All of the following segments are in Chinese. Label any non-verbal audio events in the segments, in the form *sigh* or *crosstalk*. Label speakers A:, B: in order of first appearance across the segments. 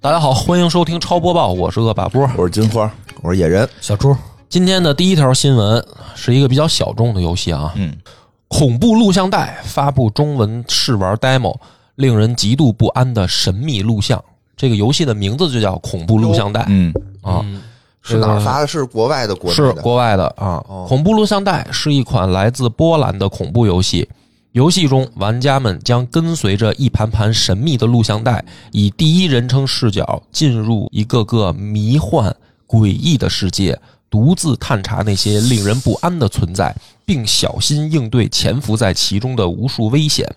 A: 大家好，欢迎收听超播报，我是恶霸波。
B: 我是金花，我是野人，
C: 小猪，
A: 今天的第一条新闻是一个比较小众的游戏啊，
B: 嗯，
A: 恐怖录像带发布中文试玩 demo，令人极度不安的神秘录像。这个游戏的名字就叫恐怖录像带
B: 嗯，
A: 啊，
B: 是哪儿发的？是国外的，哦国内
A: 是
B: 的，
A: 国外的啊。恐怖录像带是一款来自波兰的恐怖游戏。游戏中，玩家们将跟随着一盘盘神秘的录像带，以第一人称视角进入一个个迷幻诡异的世界，独自探查那些令人不安的存在，并小心应对潜伏在其中的无数危险。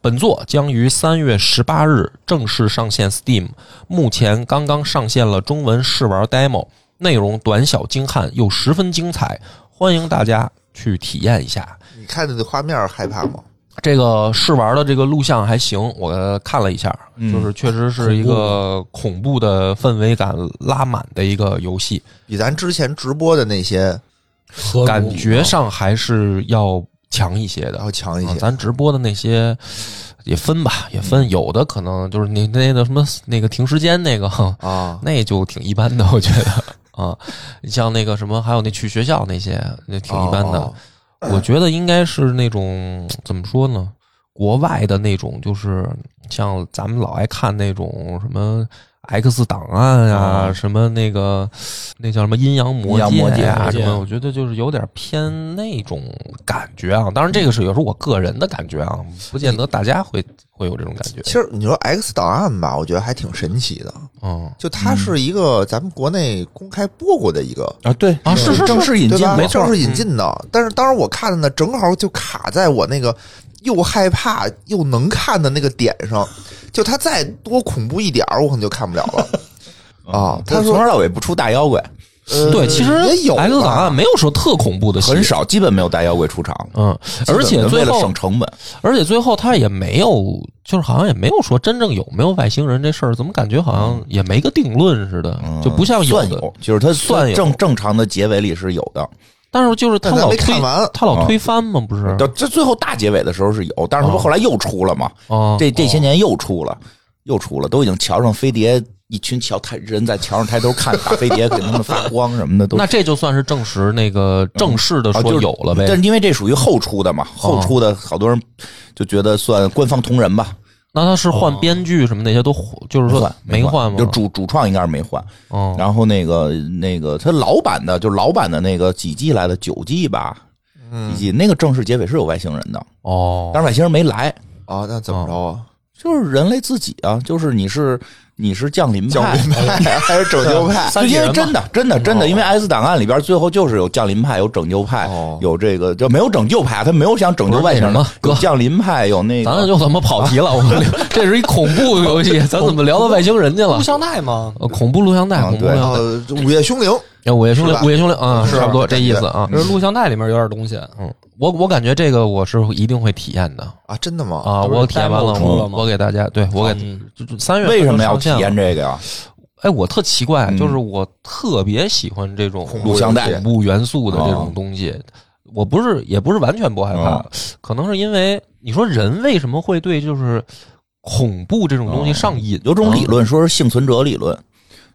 A: 本作将于三月十八日正式上线 Steam，目前刚刚上线了中文试玩 demo，内容短小精悍又十分精彩，欢迎大家去体验一下。
B: 你看着那画面害怕吗？
A: 这个试玩的这个录像还行，我看了一下，
B: 嗯
A: 就是确实是一个恐怖的氛围感拉满的一个游戏，
B: 比咱之前直播的那些
C: 河谷
A: 感觉上还是要强一些的
B: 要。强一
A: 啊
B: 些。
A: 咱直播的那些也分吧，也分，有的可能就是你那个什么那个停时间那个， *laughs* 哼
B: 啊，
A: 那就挺一般的，我觉得啊，你像那个什么，还有那去学校那些，那挺一般的。
B: 哦
A: 我觉得应该是那种怎么说呢，国外的那种，就是像咱们老爱看那种什么。X 档案啊，什么那个，那叫什么阴阳魔
C: 阴阳魔
A: 界
C: 界
A: 啊，
C: 魔
A: 什
C: 戒
A: 么？我觉得就是有点偏那种感觉啊。当然，这个是也是我个人的感觉啊，不见得大家会会有这种感觉。
B: 其实你说 X 档案吧，我觉得还挺神奇的。
A: 嗯
B: 就它是一个咱们国内公开播过的一个，
C: 啊，对
A: 啊是是是
C: 正式引
B: 对
C: 进
B: 吧？
C: 的，
A: 没错嗯
B: 正是引进的。但是当时我看的呢，正好就卡在我那个又害怕又能看的那个点上。就它再多恐怖一点儿，我可能就看不了
A: *laughs*
B: 了。啊，
A: 嗯
B: 他
D: 他从
B: 说
D: 头到尾不出大妖怪，
B: 呃
A: 对，其实
B: 也有
A: X 档
B: 吧
A: 案没有说特恐怖的戏，
D: 很少，基本没有大妖怪出场。
A: 嗯，而
D: 基
A: 且
D: 本
A: 最
D: 为了
A: 后
D: 省，成本，
A: 而且最后他也没有，就是好像也没有说真正有没有外星人这事儿，怎么感觉好像也没个定论似的，就不像有
D: 嗯算
A: 的。
D: 有，就是它
A: 算有
D: 正正常的结尾里是有的，
A: 但是就是他
B: 但咱
A: 老
B: 没
A: 推
B: 看完，
A: 他老推翻嘛，不是？
D: 到啊这最后大结尾的时候是有，但是它不
A: 哦
D: 后来又出了嘛？
A: 啊，
D: 这这些年又出了，又出了，都已经桥上飞碟，一群桥抬人在桥上抬头看大飞碟，给他们发光什么的都。
A: 那这就算是证实那个正式的
D: 啊，
A: 说
D: 就是
A: 有了呗
D: 但。是因为这属于后出的嘛，后出的好多人就觉得算官方同人吧，
A: 那他是
C: 哦
A: 换编剧什么那些都就是
D: 没
A: 哦说
D: 换
A: 没换吗
D: 就？主主创应该是没换，
A: 嗯
D: 然后那个那个他老版的，就是老版的那个几季来的九季吧，几季那个正式结尾是有外星人的，
A: 嗯哦
D: 但是外星人没来，
B: 啊，那怎么着啊？
D: 就是人类自己啊，就是你是你是降临派。 *laughs*
B: 派还是拯
A: *laughs*
B: 救派？
D: 就因为真的，真的，真
A: 哦
D: 的，因为《S 档案》里边最后就是有降临派，有拯救派
B: 哦，
D: 有这个就没有拯救派，啊他没有想拯救外星人
A: 不是那什么，哥
D: 有降临派，有那
A: 咱俩
D: 个
A: 就怎么跑题了？我们这是一恐怖游戏，咱怎么聊到外星人去了
C: 录？像带吗？
A: 呃恐怖录像带，
D: 啊
A: 恐怖
D: 对
A: 录像带。
B: 呃，午夜凶铃，
A: 哎，午夜凶
B: 是
A: 铃，
B: 吧
A: 午夜凶铃啊，
B: 是
A: 差不多这
B: 感
A: 意
B: 觉
A: 思啊。
C: 就是录像带里面有点东西，
A: 嗯，我我感觉这个我是一定会体验的
B: 啊，真的吗？
A: 啊，
C: 不是
A: 我体验完
C: demo
A: 了，
C: 出
A: 我
C: 了吗
A: 我给大家，对我给
C: 嗯
A: 就就三月份
D: 为什么要
A: 就上
D: 体
A: 线了
D: 验？这个呀？
A: 哎，我特奇怪，
D: 嗯
A: 就是我特别喜欢这种
B: 恐怖
D: 录像带
A: 恐怖元素的这
D: 啊
A: 种东西。我不是也不是完全不害怕
D: 哦，
A: 可能是因为你说人为什么会对就是恐怖这种东西上瘾？
D: 啊
A: 啊
D: 有种理论说是幸存者理论，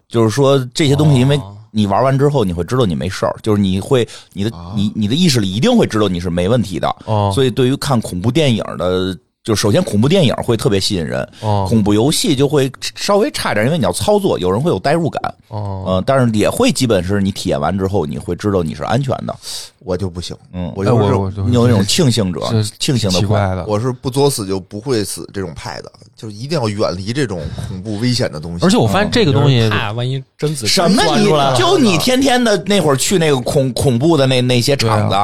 D: 就是说这些东西，因为你玩完之后，你会知道你没事儿，就是你会你的你你的意识里一定会知道你是没问题的，
A: 哦，
D: 所以对于看恐怖电影的。就首先，恐怖电影会特别吸引人，
A: 哦
D: 恐怖游戏就会稍微差点，因为你要操作，有人会有代入感，
A: 哦，
D: 嗯，但是也会基本是你体验完之后，你会知道你是安全的，
B: 我就不行，
D: 嗯，
B: 我
A: 哎
B: 就是
A: 我
D: 你有那种庆幸者
A: 是，啊
D: 庆幸的
A: 奇
D: 快乐
A: 怪的，
B: 我是不作死就不会死这种派的，就是一定要远离这种恐怖危险的东西。
A: 而且我发现这个东西
C: 就是怕万一真子
D: 什么
C: 钻
D: 你
C: 出来了
D: 就你天天的那会儿去那个恐恐怖的那那些厂子，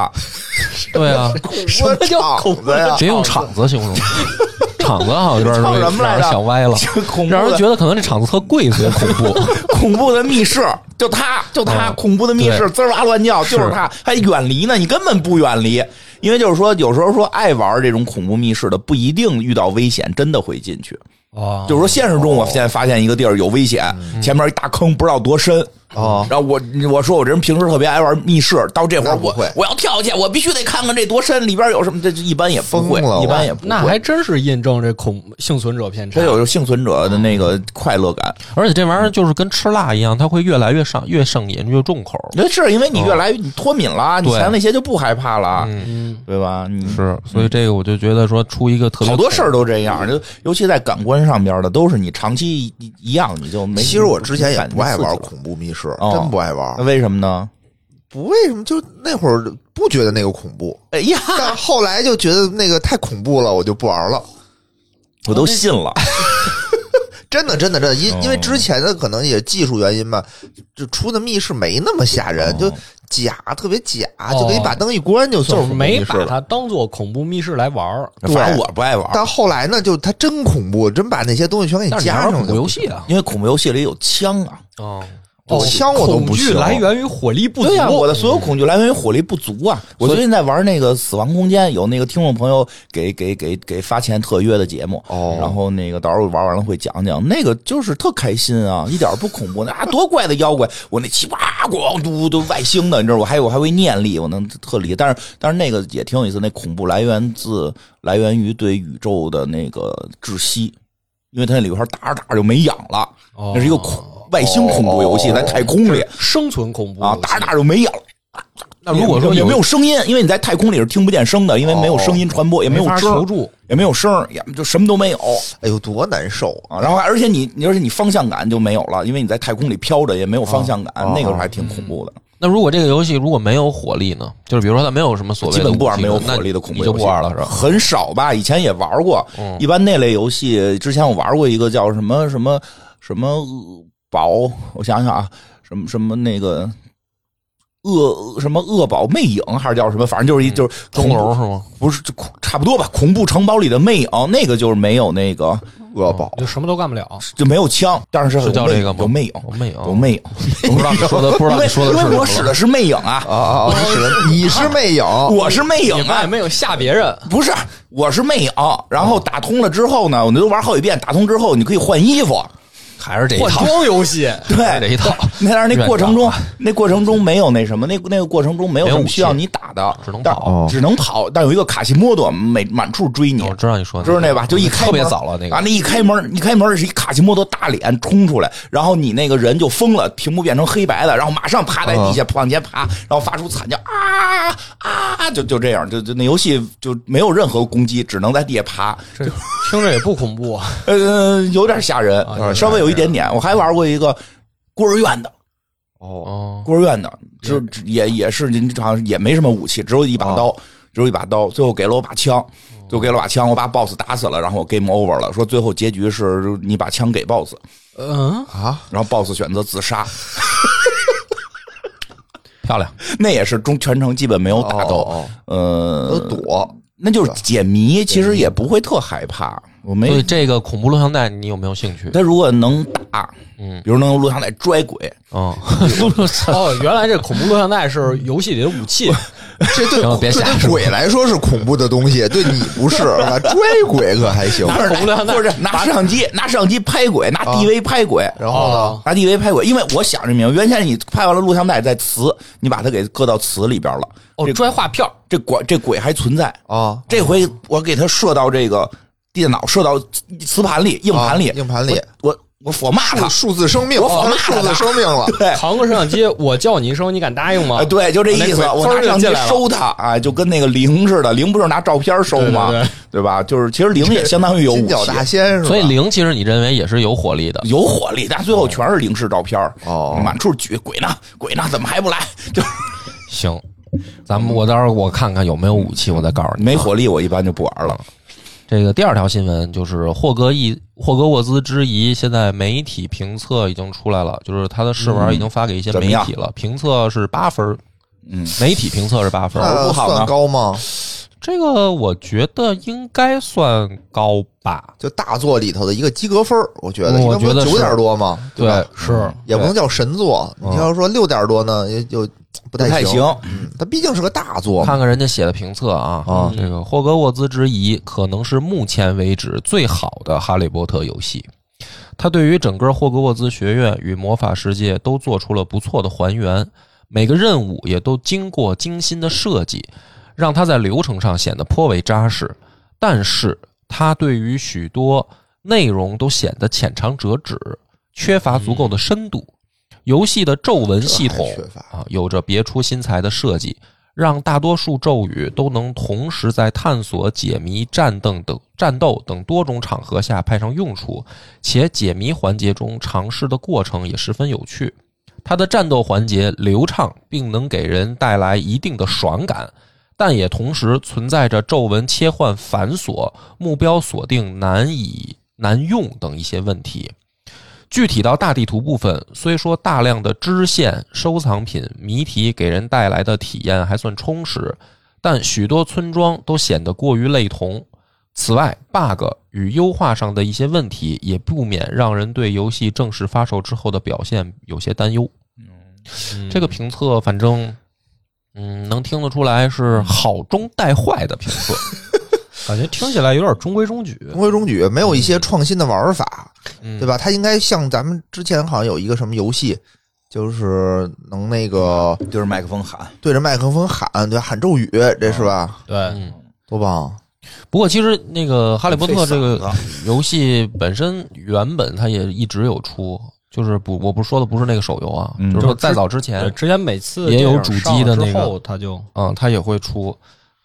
A: 对啊，
D: *laughs*
B: 什么叫恐怖呀？
A: 别用场子形容，场子好像有点
D: 唱什么来
A: 让
D: 着
A: 人想歪了，
D: 就恐怖
A: 让人
D: 的
A: 觉得可能这场子特贵，所以恐
D: *laughs*
A: 怖。
D: 恐怖的密室， *laughs* 就他就他、
A: 嗯
D: 恐怖的密室
A: 对
D: 滋儿哇乱叫，就是他还远离呢，你根本不远离，因为就是说有时候说爱玩这种恐怖密室的不一定遇到危险真的会进去，
C: 啊，
A: 哦
D: 就是说现实中我现在发现一个地儿有危险，前面一大坑不知道多深，
B: 哦，
D: 然后我我说我这人平时特别爱玩密室，到这会儿
B: 那不
D: 我
B: 会
D: 我要跳下去，我必须得看看这多深，里边有什么，这这一般也不会
B: 疯了，
D: 一般也不会。
C: 那还真是印证这恐幸存者偏差
D: 这。有幸存者的那个快乐感，
A: 而且这玩意儿就是跟吃辣一样，它会越来越上越上瘾，越重口。
D: 那是因为你越来越你脱敏了，你
A: 哦对
D: 前那些就不害怕了，
C: 嗯，
D: 对吧？你
A: 是，所以这个我就觉得说出一个特别
D: 好多事儿都这样，就尤其在感官上边的，都是你长期一一样，你就没。
B: 其实我之前也不爱玩
D: 没刺激了
B: 恐怖密室，
D: 哦
B: 真不爱玩
D: 那。为什么呢？
B: 不为什么，就那会儿不觉得那个恐怖，
D: 哎呀，
B: 但后来就觉得那个太恐怖了，我就不玩了。
D: 我都信了，
B: 真的，真的，真的，因
D: 哦
B: 因为之前的可能也技术原因吧，就出的密室没那么吓人，就假，特别假，就给你把灯一关就算
C: 就是没
B: 恐怖密室
C: 把
B: 了。
C: 它当做恐怖密室来玩儿，
D: 反正我不爱玩，
B: 但后来呢，就它真恐怖，真把那些东西全给
C: 但是你还
B: 加
C: 玩
B: 上去
C: 恐怖
B: 了。
C: 游戏啊？
D: 因为恐怖游戏里有枪啊。
C: 哦，
B: 我枪我都不
C: 恐惧
B: 信
C: 来源于火力不足。
D: 对呀、我的所有恐惧来源于火力不足啊！我最近在玩那个《死亡空间》，有那个听众朋友给给给给发钱特约的节目，
B: 哦
D: 然后那个到时候玩完了会讲讲，那个就是特开心啊，一点儿不恐怖，啊，多怪的妖怪，我那气哇咣嘟都外星的，你知道，我还有我还会念力，我能特厉害，但是但是那个也挺有意思，那恐怖来源自来源于对宇宙的那个窒息，因为它那里边打着打着就没氧了，
C: 哦
D: 那是一个恐。外星恐怖游戏，在太空里，
C: 生存恐怖
D: 啊，
C: 游戏
D: 打着打着就没有了。
A: 哦那如果说
D: 也
A: 有哦
D: 没有声音，因为你在太空里是听不见声的，因为没有声音传播，也
C: 没
D: 有
C: 法求
D: 声，
C: 助，
D: 也没有声儿，也就什么都没有
B: 哎呦，多难受
D: 啊。然后而且你，你而且你方向感就没有了，因为你在太空里飘着，也没有方向感，
A: 哦
D: 那个时候还挺恐怖的。
A: 那如果这个游戏如果没有火力呢？就是比如说它没有什么所谓
D: 基
A: 的
D: 本不玩
A: 武器
D: 没有
A: 嗯那
D: 火力的恐怖
A: 你
D: 游
A: 就
D: 戏，
A: 不玩了是吧？
D: *laughs*
A: 嗯
D: 很少吧，以前也玩过，一般那类游戏之前我玩过一个叫什么什么什么恶宝，我想想啊，什么什么那个。恶什么恶宝魅影还是叫什么？反正就是一就是恐
A: 钟
D: 怖
A: 嗯楼是吗？
D: 不是，就恐差不多吧。恐怖城堡里的魅影，那个就是没有那个
B: 恶宝
C: 就什么都干不了。
D: 就没有枪，但是
A: 是叫这个吗？
D: 有魅影，
A: 有魅影，
D: 有魅影，
A: 我哦不知道你说的，不知道你说的
D: 因
A: 是
D: 为
A: 什
D: 因为
A: 么哦
D: 我使的是魅影啊，
B: 啊
D: *laughs*
B: 啊啊！你是你是魅影，
D: 我是魅影
C: 你们也
D: 啊，
C: 没有吓别人，
D: 不是，我是魅影。然
A: 哦
D: 后打通了之后呢，我那都玩好几遍，打通之后你可以换衣服，
A: 还是这一
C: 换
A: 套，
C: 装游戏。
A: 还是这
D: 对。
A: 一
D: *laughs*
A: 套，
D: 那但是那过程中，那过程中没有那什么，那那个过程中没有
A: 啊没有
D: 什
A: 武
D: 么
A: 器
D: 需要你打的，
A: 只能
D: 但
A: 跑
D: 只能跑。但有一个卡西莫多每满处追你，
A: 我知道你说的
D: 知道那吧？就一开
A: 特别
D: 门
A: 早了那
D: 啊，
A: 个，
D: 那一开门，一开门是一卡西莫多大脸冲出来，然后你那个人就疯了，屏幕变成黑白的，然后马上趴在底下往前爬，然后发出惨叫啊啊，就就这样，就就那游戏就没有任何攻击，只能在地下爬，
C: *laughs* 这听着也不恐怖
D: *laughs*
C: 啊！
D: 呃，有点吓人，
C: 啊有点吓人
D: 稍微有一点点。我还玩过一个孤儿院的，
A: 哦，
D: 孤儿院的，就也也是您好像也没什么武器，只有一把刀，只有一把刀。最后给了我把枪，最后给了我把枪，我把 BOSS 打死了，然后我 game over 了。说最后结局是你把枪给 BOSS，
C: 嗯，
B: 啊，
D: 然后 BOSS 选择自杀，
A: 漂亮，
D: 那也是中全程基本没有打斗，
B: 哦都
D: 呃，
B: 躲
D: 那就是解谜，其实也不会特害怕。我
A: 所以
D: 没，
A: 这个恐怖录像带你有没有兴趣？
D: 他如果能打，
A: 嗯
D: 比如能用录像带拽鬼，
A: 嗯，
C: *laughs* 哦，原来这恐怖录像带是游戏里的武器，
B: 这对
A: 行了别
B: 这
A: 瞎
B: 对鬼来说是恐怖的东西，对你不是吧？追鬼可还行。
D: 拿着
C: 恐怖录像带
D: 或者拿摄像机，拿摄像机拍鬼，拿 DV 拍鬼，
B: 然后呢
C: 哦？
D: 拿 DV 拍鬼，因为我想着明白，原先你拍完了录像带在磁，你把它给搁到磁里边了，
C: 哦，
D: 这
C: 拽画票，
D: 这鬼这鬼还存在。
B: 啊，
D: 这回我给它射到这个电脑，射到磁盘里、硬盘里
B: 啊、硬盘里，
D: 我我我我骂
B: 数
D: 他，
B: 数字生命，哦
D: 我我骂
B: 数
D: 他
B: 字生命了。
D: 对。
C: 扛个摄像机，我叫你一声，你敢答应吗
D: 啊，？对，就这意思。
C: 那鬼
D: 我拿
C: 嗖就
D: 相机
C: 进来了
D: 收他啊，就跟那个零似的，零不是拿照片收吗？
C: 对对对
D: 吧？就是其实零也相当于有武
B: 金
D: 器，
B: 角大仙是吧？
A: 所以零其实你认为也是有火力的，
D: 有火力，但最后全是零式照片
B: 哦
D: 满处举鬼呢，鬼呢，怎么还不来？ *laughs* 就是
A: 行，咱们我到时候我看看有没有武器，我再告诉你。
D: 没火力，我一般就不玩了。
A: 这个第二条新闻就是霍格一霍格沃兹之疑，现在媒体评测已经出来了，就是他的试玩已经发给一些
D: 嗯怎么
A: 媒
D: 样
A: 体了，评测是八分儿，
D: 嗯，啊
A: 媒体评测是八分儿，
D: 不
B: 那
D: 好呢
B: 算高吗？
A: 这个我觉得应该算高吧。
B: 就大作里头的一个及格分儿我觉得，
A: 我觉得是
B: 九点多嘛，
A: 对
B: 吧？
C: 是
B: 也不能叫神作。
A: 嗯
B: 你要说六点多呢，也就不太
D: 太行，
B: 嗯它毕竟是个大作嘛。
A: 看看人家写的评测啊，
B: 啊
A: 这个《霍格沃兹之遗》可能是目前为止最好的《哈利波特》游戏。他对于整个霍格沃兹学院与魔法世界都做出了不错的还原，每个任务也都经过精心的设计，让它在流程上显得颇为扎实。但是，它对于许多内容都显得浅尝辄止，缺乏足够的深度。游戏的皱纹系统
B: 嗯这还缺乏
A: 啊，有着别出心裁的设计，让大多数咒语都能同时在探索、解谜、战斗等战斗等多种场合下派上用处，且解谜环节中尝试的过程也十分有趣。它的战斗环节流畅，并能给人带来一定的爽感，但也同时存在着皱纹切换繁琐、目标锁定难以难用等一些问题。具体到大地图部分，虽说大量的支线、收藏品、谜题给人带来的体验还算充实，但许多村庄都显得过于类同。此外，bug 与优化上的一些问题也不免让人对游戏正式发售之后的表现有些担忧。这个评测，反正，嗯，能听得出来是好中带坏的评测。
C: 感觉听起来有点中规中矩。
B: 中规中矩，没有一些创新的玩法，
A: 嗯
B: 对吧？它应该像咱们之前好像有一个什么游戏，就是能那个
D: 对着麦克风喊，
B: 对着麦克风喊，对吧，喊咒语，这是吧？
C: 对，
A: 嗯，
B: 多棒！
A: 不过其实那个《哈利波特
D: 费嗓》啊
A: 这个
D: 子
A: 游戏本身原本它也一直有出，就是不，我不是说的不是那个手游啊，
D: 嗯
A: 就是
C: 就
A: 说
C: 是
A: 在早之前
C: 对，之前每次
A: 也有
C: 电影
A: 主机
C: 上了
A: 的
C: 之
A: 那个
C: 后他就
A: 嗯，它也会出。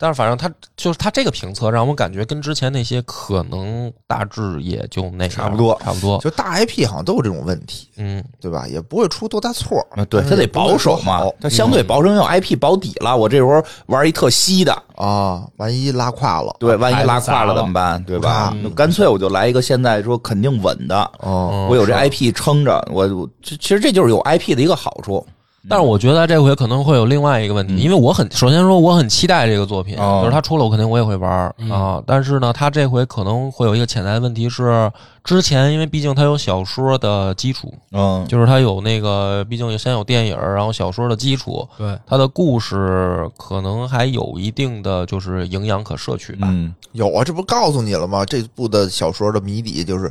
A: 但是反正它就是它这个评测让我感觉跟之前那些可能大致也就那样
B: 差不多
A: 差不多。
B: 就大 IP 好像都有这种问题，
A: 嗯，
B: 对吧？也不会出多大错。
D: 啊，对
B: 但
D: 他
B: 是
D: 得
B: 也不会
D: 保守
B: 说
D: 嘛
B: 好，
D: 他相对保守，因为有 IP 保底了。我这时候玩一特稀的，
B: 啊，万一拉胯了，
D: 对，万一拉胯
C: 孩子砸
D: 了
C: 了
D: 怎么办？对吧？
A: 嗯
D: 那干脆我就来一个现在说肯定稳的，
B: 哦，
D: 我有这 IP 撑着，我我这其实这就是有 IP 的一个好处。
A: 但是我觉得这回可能会有另外一个问题，因为我很首先说我很期待这个作品，
D: 嗯哦
A: 就是它出了我肯定我也会玩儿、
C: 嗯
A: 啊。但是呢，它这回可能会有一个潜在的问题是，之前因为毕竟它有小说的基础，
D: 嗯，
A: 就是它有那个毕竟先有电影儿，然后小说的基础，
C: 对
A: 它的故事可能还有一定的就是营养可摄取吧。
D: 嗯，
B: 有啊，这不告诉你了吗？这部的小说的谜底就是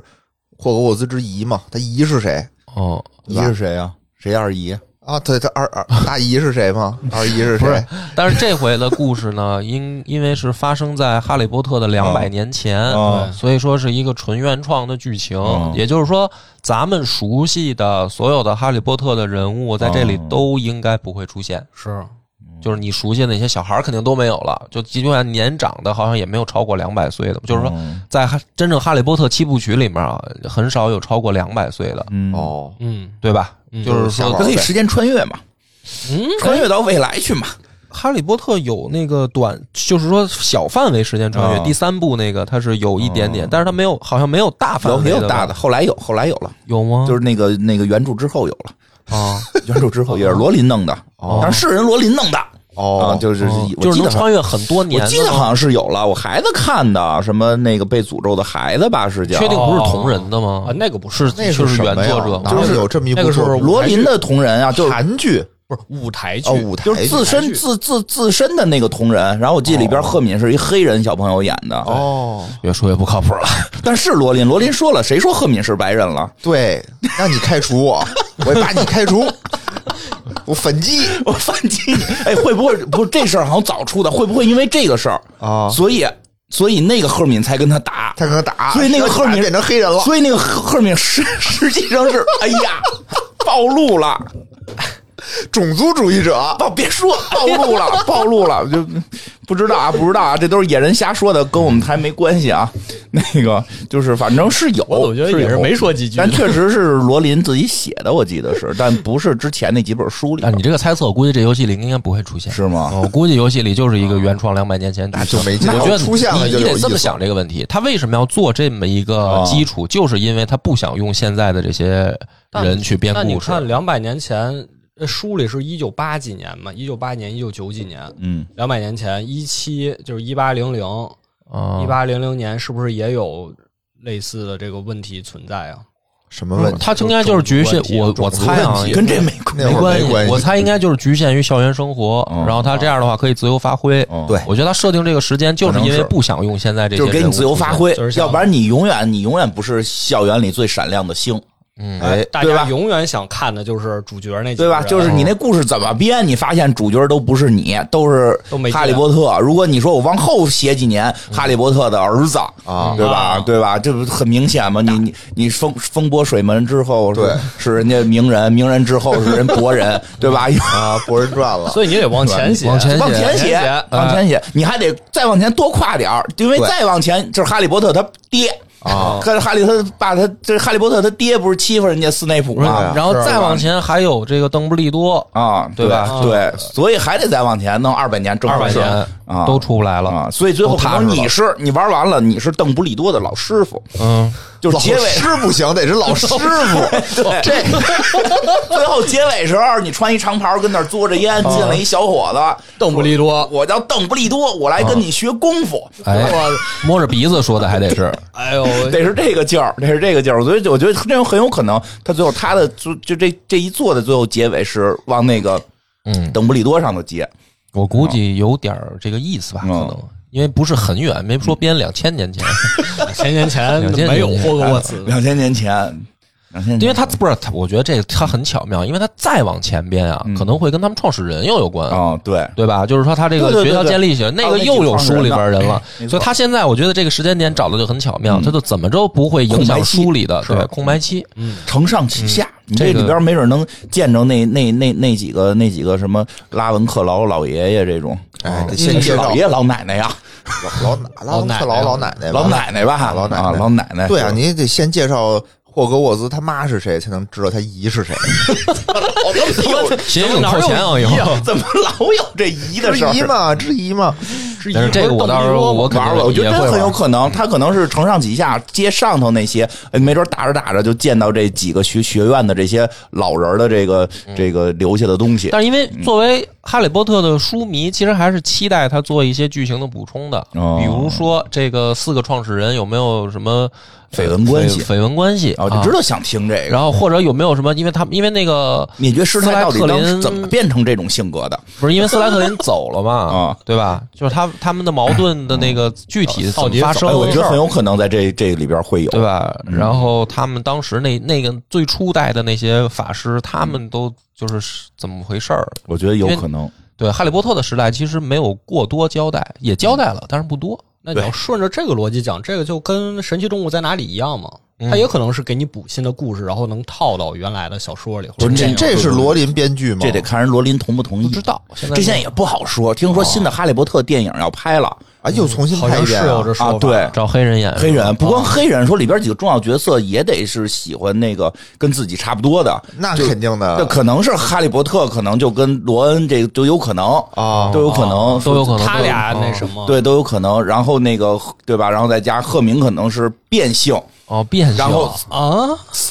B: 霍格沃兹之姨嘛，他姨是谁
A: 哦，
D: 姨是谁呀？谁二姨？
B: 啊？对，他二二大姨是谁吗？二姨是
A: 不
B: 谁
A: 是？但是这回的故事呢，因因为是发生在《哈利波特》的两百年前，
D: 哦
A: 所以说是一个纯原创的剧情。
D: 哦
A: 也就是说，咱们熟悉的所有的《哈利波特》的人物在这里
D: 哦
A: 都应该不会出现。
C: 是
A: 就是你熟悉的那些小孩儿肯定都没有了，就即便年长的，好像也没有超过两百岁的。就是说，
D: 嗯
A: 在哈真正《哈利波特》七部曲里面啊，很少有超过两百岁的，
D: 嗯，哦
B: 哦，
C: 嗯，
A: 对吧？就是说，
B: 瞎玩
A: 《
D: 可以时间穿越嘛，
C: 嗯，
D: 穿越到未来去嘛。
A: 哈利波特》有那个短，就是说小范围时间穿越。
D: 哦
A: 第三部那个它是有一点点，
D: 哦
A: 但是它没有，好像没有大范
D: 有
A: 围
D: 也有
A: 吧
D: 大的，，后来有，后来有了，
A: 有吗？哦
D: 就是那个那个原著之后有了，
A: 啊，
D: *laughs* 原著之后也是罗琳弄的，
B: 哦
D: 但是是人罗琳弄的啊，
B: 哦，
D: 就是
A: 哦
D: 我
A: 就是
D: 记
A: 能
D: 得好像
A: 穿越很多年的
D: 我
A: 吗。
D: 记得好像是有了，我孩子看的什么那个被诅咒的孩子吧，是叫
A: 确定不是同人的吗
C: 啊？那个不是
A: 是
B: 那
A: 就是
B: 什
A: 原
B: 么呀
A: 作者吗？
B: 哪
D: 就是
B: 有这么一部
C: 那个时候
B: 作品
D: 啊罗琳的同人啊，就是
B: 韩剧
C: 不是舞台剧
B: 啊，舞台
D: 就是自身
C: 剧
D: 自自自身的那个同人。然后我记得里边赫敏是一黑人小朋友演的，
B: 哦，
A: 越说越不靠谱了。
D: 但是罗琳，罗琳说了，谁说赫敏是白人了？
B: 对，让你开除我，我把你开除， *laughs* 我反击
D: *laughs* 我反击你，哎，会不会不是这事儿好像早出的？会不会因为这个事儿，
B: 啊！
D: 所以所以那个赫敏才跟他打？
B: 他跟他打，
D: 所以那个赫
B: 赫
D: 敏
B: 变成黑人了，
D: 所以那个赫赫敏实 *laughs* 实际上 *laughs* 是，哎呀，暴露了，
B: 种族主义者。
D: 暴哦别 *laughs* 说暴露了，暴露了，就不知道啊，不知道啊，这都是野人瞎说的，跟我们还没关系啊。 *laughs* 那个就是反正是有，
C: 我总觉得
D: 哦是
C: 也是
D: 有
C: 没说几句
D: 但确实是罗琳自己写的，我记得 *laughs* 是，但不是之前那几本书里
A: 啊，你这个猜测，我估计这游戏里应该不会出现。哦
D: 是吗？
A: 我估计游戏里就是一个原创两百年前那
B: 就没劲
A: 我觉得
B: 出现了
A: 你
B: 就
A: 你
B: 有
A: 得
B: 意
A: 这么
B: 思
A: 想这个问题，他为什么要做这么一个基础？就是因为他不想用现在的这些
C: 但
A: 人去编
C: 那你
A: 故事。
C: 看，两百年前呃书里是一九八几年嘛，一九八年、一九九几年，
D: 嗯，
C: 两百年前一七就是一八零零、
A: 啊
C: 一八零零年，是不是也有类似的这个问题存在啊？
B: 什么问题？
A: 它应该就是局限
C: 种族
A: 我
C: 问题
A: 我猜啊
C: 种族问，题
D: 跟这没关
B: 那
A: 没
B: 会儿
A: 系，
B: 没关系
A: 我猜应该就是局限于校园生活，
D: 嗯
A: 然后他这样的话可以自由发挥。
D: 嗯
B: 对
A: 我觉得他设定这个时间就是因为不想用现在这些，
D: 就是给你自由发。挥
C: 就是，像
D: 要不然你永远你永远不是校园里最闪亮的星，
A: 嗯，
D: 哎，
C: 大
D: 对
C: 家
D: 吧？
C: 永远想看的就是啊主角那几个
D: 对吧？
C: 人
D: 就是你那故事怎么编，你发现主角都不是你，都是
C: 都没劲
D: 哈利波特。如果你说我往后写几年，哈利波特的儿子
B: 啊
D: 对吧
C: 啊？
D: 对吧？这不很明显吗？你你你风风波水门之后是
B: 对
D: 是人家名人，名人之后是人博人，对吧？
B: 啊，《博人传》了，
C: 所以你得往前写，
A: 往前
D: *laughs* 往
A: 写
D: 前写
C: 往前写，
D: 往前写，你还得再往前多跨点儿，因为
B: 对
D: 再往前就是哈利波特他爹
B: 啊
D: 可是哈利他爸他这哈利波特他爹不是欺负人家斯内普
A: 不是啊
D: 吗？
A: 然后再往前还有这个邓布利多，
D: 啊，
A: 对吧
D: 对，所以还得再往前弄二百年，正
C: 二
D: 好
C: 百
D: 是
A: 年
D: 啊，
A: 都出不来了。
D: 啊，所以最
A: 都
D: 后可
A: 踏实
D: 能
A: 了
D: 你是你玩完了，你是邓布利多的老师傅，
A: 嗯，
D: 就是
B: 老
D: 结尾
B: 师不行，得是老师傅。
D: 对，这 *laughs* 最后结尾时候，你穿一长袍跟那儿嘬着烟，
A: 嗯
D: 进来一小伙子，
C: 邓布利多，
D: 我叫邓布利多，我来跟你学功夫，
A: 哎，摸着鼻子说的还得是，
C: 哎呦，
D: 得是这个劲儿，得是这个劲儿。所以我觉得这种很有可能，他最后他的就就这这一做的最后结尾是往那个
A: 嗯，
D: 邓布利多上头接，
A: 我估计有点儿这个意思吧，可
D: 嗯
A: 能因为不是很远，没说编两千年前， *laughs*
C: *laughs* 前年前
A: 两千
C: 没有
A: 年
C: 霍格沃茨，
D: 两千哎年前，两千年前，
A: 嗯因为他不是，他我觉得这个他很巧妙，因为他再往前编啊，
D: 嗯
A: 可能会跟他们创始人又有关。
D: 哦，对，
A: 对吧？就是说，他这
D: 对对
A: 个
D: 对
A: 学校
D: 对
A: 建立起来，
D: 还
A: 那
D: 有
A: 个
D: 那
A: 又
D: 几
A: 有
D: 帮
A: 书
D: 人
A: 里
D: 呢
A: 边人了，
D: 没错嗯
A: 所以他现在我觉得这个时间点找的就很巧妙，他就怎么着不会影
D: 空
A: 响
D: 白期
A: 书里的对
D: 是嗯
A: 空白期。
D: 承上启下，你
A: 这
D: 嗯这
A: 个
D: 里边没准能见着那那那那几个那几个什么拉文克劳老爷爷这种，啊
B: 哎，得
D: 这
B: 先
D: 是
B: 介
D: 老
B: 绍
D: 爷老奶奶呀，
B: 老老奶老老奶奶吧
D: 老奶奶吧，
B: 老奶奶
D: 啊老奶奶，
B: 对啊，你得先介绍霍格沃兹他妈是谁，才能知道他姨是谁。
A: 写影扣钱啊，以
D: *laughs*
A: 后。
D: *laughs* 怎么老有 *laughs* 这姨的
B: 之
D: 事儿
B: 一？嘛，之一嘛，
A: 但是这个我到时候我肯
D: 玩
A: 定
D: 玩，我觉
A: 也
D: 得
A: 会
D: 真很有
A: 玩。嗯
D: 可能，他可能是承上启下，接上头那些，哎没准打着打着就见到这几个学学院的这些老人儿的这个这个留下的东西。
A: 嗯但是因为作为《哈利波特》的书迷，其实还是期待他做一些剧情的补充的，
D: 哦
A: 比如说这个四个创始人有没有什么
D: 绯闻关系
A: 绯绯闻关系
D: 哦，
A: 啊
D: 你知道想听这个？
A: 然后或者有没有什么？因为他们因为那个
D: 你觉得师太到底
A: 斯莱
D: 当
A: 特林
D: 时怎么变成这种性格的？
A: 不是因为斯莱特林走了嘛，
D: *laughs* 啊
A: 对吧？就是他他们的矛盾的那个具体怎么发生
C: 到
D: 哎，
C: 底
D: 我
C: 怎么
D: 觉得很有嗯可能在这这里边会有，
A: 对吧？然后他们当时那那个最初代的那些法师，他们都就是怎么回事儿？
D: 我觉得有可能。
A: 对，哈利波特的时代其实没有过多交代，也交代了，但是不多。
C: 那你要顺着这个逻辑讲，这个就跟《神奇动物在哪里》一样嘛，
D: 嗯
C: 它也可能是给你补新的故事，然后能套到原来的小说里。或者
D: 不是
C: 电
B: 这
C: 影
B: 这是罗琳编剧吗？
D: 这得看人罗琳嗯同不同意，
A: 不知道现在
D: 这现在也哦不好说。听说新的《哈利波特》电影要拍了
B: 啊，又重新
C: 好
B: 拍
C: 像
B: 一
C: 是
B: 遍
C: 有
B: 啊
C: 这说
D: 啊
C: 法，，
D: 对，
A: 找黑人演
D: 黑人不光黑人，说里边几个重要角色也得是喜欢那个跟自己差不多的，
B: 那肯定
D: 那
B: 的。
D: 可能是哈利波特，可能就跟罗恩这都有可能
B: 啊
D: 哦都有可能，
A: 哦都有可能，
C: 他俩
A: 都有
C: 那
A: 嗯
C: 什么，
D: 对都有啊可能。然后那个对吧？然后再加赫敏可能是变性，
A: 哦变性，
D: 然后
C: 啊，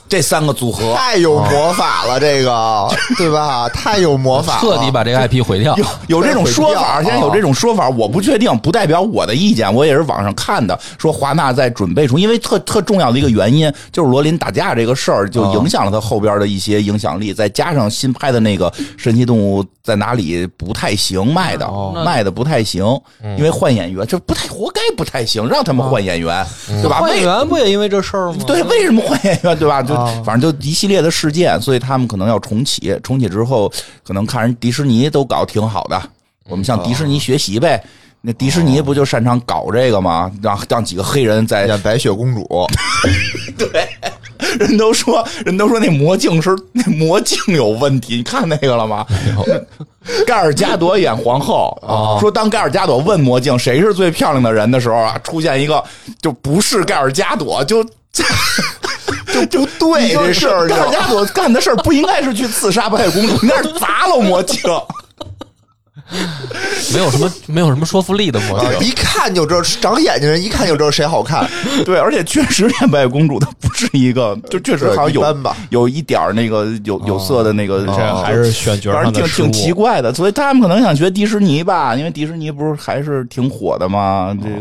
D: 这三个组合
B: 太有魔法了，这个对吧？太有魔法了，
A: 彻底把这个 IP 毁掉。
D: 有这种说法，
B: 毁掉
D: 现在有这种说法，我不确定，不代表我的意见，我也是网上看的，说华纳在准备出，因为特特重要的一个原因就是罗琳打架这个事儿，就影响了他后边的一些影响力，再加上新拍的那个《神奇动物在哪里》不太行，卖的
C: 那
D: 卖的不太行，因为换演员，这不太活该不太行，让他们换演员，对吧？
C: 换
D: 为
C: 演员不也因为这事儿吗？
D: 对，为什么换演员？对吧？就反正就一系列的事件，所以他们可能要重启。重启之后，可能看人迪士尼都搞挺好的，我们向迪士尼学习呗。那迪士尼不就擅长搞这个吗？让让几个黑人在
B: 演白雪公主，
D: *laughs* 人都说人都说那魔镜是那魔镜有问题，你看那个了吗？盖尔加朵演皇后，
B: *laughs* 哦
D: 说当盖尔加朵问魔镜谁是最漂亮的人的时候啊，出现一个就不是盖尔加朵，就 *laughs* 就就
B: 对这事儿就
D: 盖尔加朵干的事儿不应该是去刺杀白雪公主，应该是砸了
B: *laughs*
D: 魔镜。
A: 没有什么没有什么说服力的魔
B: 啊
A: 镜，
B: 一看就知道，长眼睛人一看就知道谁好看。
D: 对，而且确实演白雪公主她不是一个，就确实
B: 对
D: 好像
B: 一
D: 有
B: 般吧
D: 有一点儿那个有有色的那个，
C: 哦
D: 哦
C: 这还是选角
D: 反
C: 上
D: 正挺
C: 的失误
D: 挺奇怪的，所以他们可能想学迪士尼吧，因为迪士尼不是还是挺火的嘛。
C: 哦
D: 这个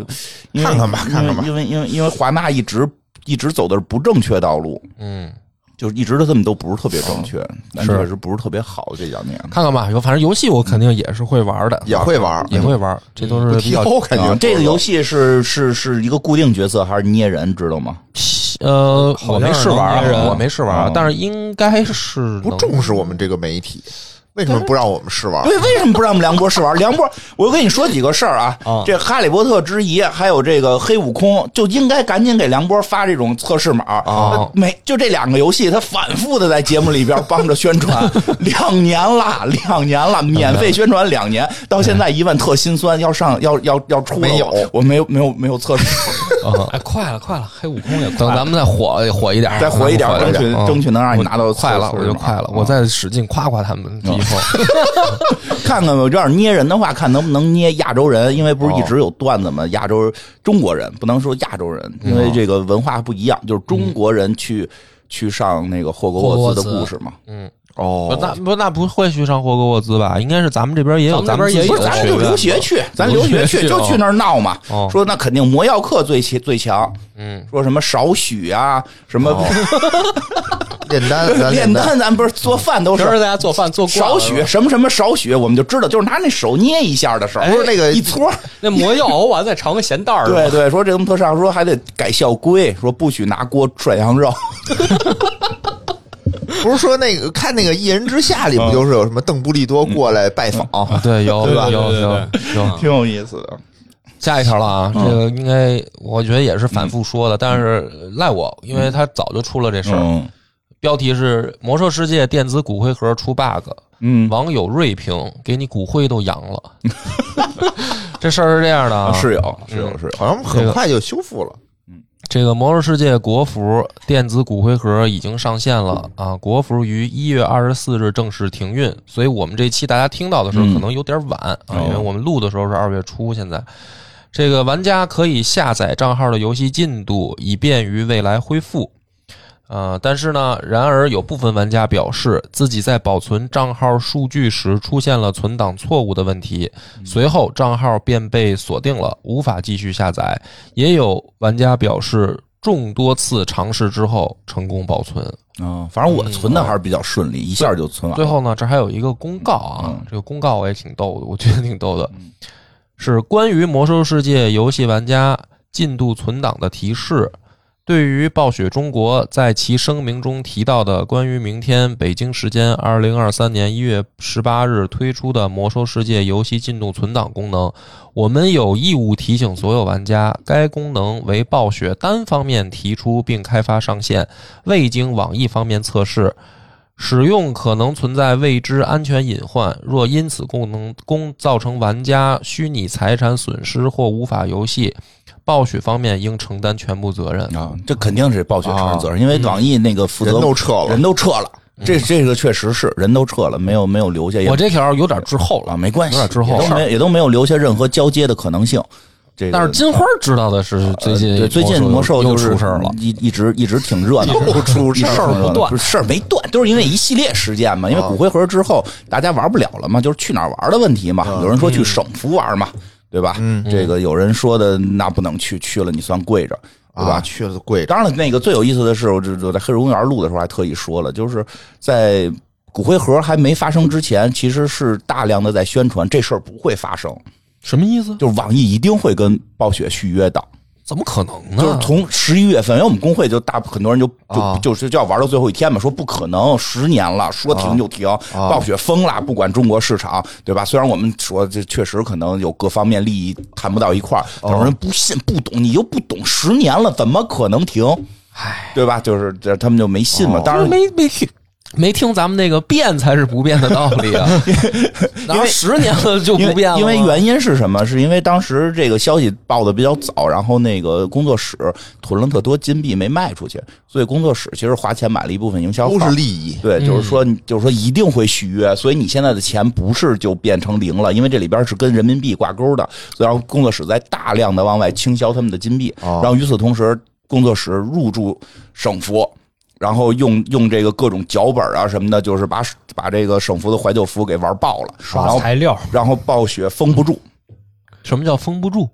D: 因为
B: 看看吧看看吧
D: 因为因为因为因为华纳一直一直走的是不正确道路，
A: 嗯，
D: 就是一直都他们都不是特别正
C: 哦
D: 确，但
A: 是
D: 确实不是特别好这两年。
A: 看看吧，有反正游戏我肯定也是会玩的，
B: 也会玩，
A: 也会玩，这都
B: 不
A: 是比较
B: 挑，肯
D: 啊
B: 定
D: 这个游戏是是是一个固定角色还是捏人，知道吗？
A: 呃，我没试玩
C: 好像是能捏
A: 啊，
C: 人
A: 我没试玩啊
D: 嗯，
A: 但是应该是能
B: 不重视我们这个媒体，为什么不让我们试玩？
D: *laughs* 为为什么不让我们梁博试玩？梁博，我跟你说几个事儿啊
C: 啊，
D: 这《哈利波特》之遗，还有这个黑悟空，就应该赶紧给梁博发这种测试码
A: 啊
D: 每就这两个游戏，他反复的在节目里边帮着
A: *laughs*
D: 宣传，两年了，两年了，免费宣传两年，到现在一问特心酸，要上要要要出了
B: 没有
D: 我我没有没有没有测试，
A: 嗯
C: 哎，快了，快了，黑悟空也快
A: 等
C: 了。
A: 咱们再火火一点，
D: 再火一点，
A: 咱
D: 争
A: 们
D: 取
A: 哎嗯
D: 争取能让你拿到测
A: 快了，
D: 测
A: 我
D: 试
A: 就
D: 码
A: 快了，
D: 嗯
A: 我再使劲夸夸他们以后。
D: 看看我这样捏人的话，看能不能捏亚洲人，因为不是一直有段子嘛，亚洲中国人不能说亚洲人，因为这个文化不一样，就是中国人去去上那个霍格沃兹的故事嘛。
A: 不
B: 哦，
A: 那不那不会去上霍格沃兹吧？应该是咱们这边也有，咱
C: 咱们这边也
A: 自己
C: 有
A: 的学
D: 不是，咱们
C: 啊
D: 就
A: 院
D: 留学去，咱
A: 留
D: 留学
A: 学
D: 去
A: 去
D: 就
A: 哦
D: 去那儿闹嘛。
A: 哦
D: 说那肯定魔药课最强最强，
A: 嗯，
D: 说什么少许啊，什 *laughs* 么
B: 炼丹，咱
D: 炼
B: 丹，
D: 丹，咱不是做饭都
C: 平时
D: *laughs* 是
C: 在家做饭做惯了
D: 少许什么什么少许，我们就知道，就是拿那手捏一下的事儿，
B: 不是那个
D: 哎一撮儿。
C: 那魔药熬完再尝个咸淡儿。
D: 对，对，说这东特上说还得改校规，说不许拿锅涮羊肉。
B: 不是说那个看那个《一人之下》里不就是有什么邓布利多过来拜访？
D: 嗯啊
A: 对有
C: 对吧
A: 有有
C: 对对嗯
A: 有有。
D: *laughs* 挺有意思的。
A: 下一条了啊，这个应该我觉得也是反复说的，但是赖我，因
C: 嗯
A: 为他早就出了这事儿。
D: 嗯
A: 标题是《魔兽世界》电子骨灰盒出 bug，
D: 嗯，
A: 网友锐评：给你骨灰都扬了。 *laughs* 这事儿是这样的啊，
D: 是有是有是有。
B: 好像很快就修复了。
A: 这个《魔兽世界》国服电子骨灰盒已经上线了
D: 嗯
A: 啊！国服于一月二十四日正式停运，所以我们这期大家听到的时候
D: 嗯
A: 可能有点晚啊，
D: 哦
A: 因为我们录的时候是二月初，现在。这个玩家可以下载账号的游戏进度，以便于未来恢复。呃，但是呢，然而有部分玩家表示自己在保存账号数据时出现了存档错误的问题，随后账号便被锁定了，无法继续下载。也有玩家表示，众多次尝试之后成功保存。
D: 嗯，反正我存的还是比较顺利，一下就存完
A: 最
D: 了。
A: 后呢，这还有一个公告啊
D: 啊嗯，
A: 这个公告我也挺逗的，我觉得挺逗的，是关于《魔兽世界》游戏玩家进度存档的提示。对于暴雪中国在其声明中提到的关于明天北京时间二零二三年一月十八日推出的《魔兽世界》游戏进度存档功能，我们有义务提醒所有玩家，该功能为暴雪单方面提出并开发上线，未经网易方面测试。使用可能存在未知安全隐患，若因此功能功造成玩家虚拟财产损失或无法游戏，暴雪方面应承担全部责任。
D: 啊，这肯定是暴雪承担责任，
A: 嗯
D: 因为网易那个负责
B: 人都撤了
D: 人都撤了。这这个确实是人都撤了，没有没有留下也
A: 我这条有点滞后
D: 啊，
A: 了，
D: 没关系，
A: 有点滞后
D: 也都没也都没有留下任何交接的可能性。这个
A: 但是金花知道的是，最近
D: 呃对，最近魔兽
A: 又
D: 就是
A: 出事儿了。
D: 一一直一直挺热闹，又出事
C: 事儿不断
D: 事儿没断，啊都是因为一系列事件嘛。因为骨灰盒之后大家玩不了了嘛，就是去哪儿玩的问题嘛。有人说去省服玩嘛，对吧？啊嗯，这个有人说的那不能去，去了你算跪着，对吧
B: 啊，？去了贵着，
D: 当然了，那个最有意思的是，我这我在黑水公园录的时候还特意说了，就是在骨灰盒还没发生之前，其实是大量的在宣传这事儿不会发生，
A: 什么意思？
D: 就是网易一定会跟暴雪续约的。
A: 怎么可能呢？
D: 就是从十一月份，因为我们工会就大很多人就就、
B: 啊
D: 就是就要玩到最后一天嘛，说不可能，十年了，说
A: 啊
D: 停就停，暴雪疯了，不管中国市场，对吧？虽然我们说这确实可能有各方面利益谈不到一块儿，
A: 哦
D: 有人不信不懂，你又不懂，十年了怎么可能停？
A: 唉，哦
D: 对吧？就是这他们就没信嘛。当然
A: 没没听没听咱们那个变才是不变的道理
D: *laughs*
A: 啊，然后十年了就
D: 因
A: 不
D: 为
A: 变了吗
D: 因为原因是什么？是因为当时这个消息报的比较早，然后那个工作室囤了特多金币没卖出去，所以工作室其实花钱买了一部分营销号
B: 都是利益。
D: 对，就是说，就是说一定会续约，所以你现在的钱不是就变成零了，因为这里边是跟人民币挂钩的，然后工作室在大量的往外倾销他们的金币，
B: 哦
D: 然后与此同时，工作室入驻省服。然后用用这个各种脚本啊什么的，就是把把这个省服的怀旧服给玩爆了，然
C: 刷
D: 后
C: 材料，
D: 然后暴雪封不住，
A: 什么叫封不住？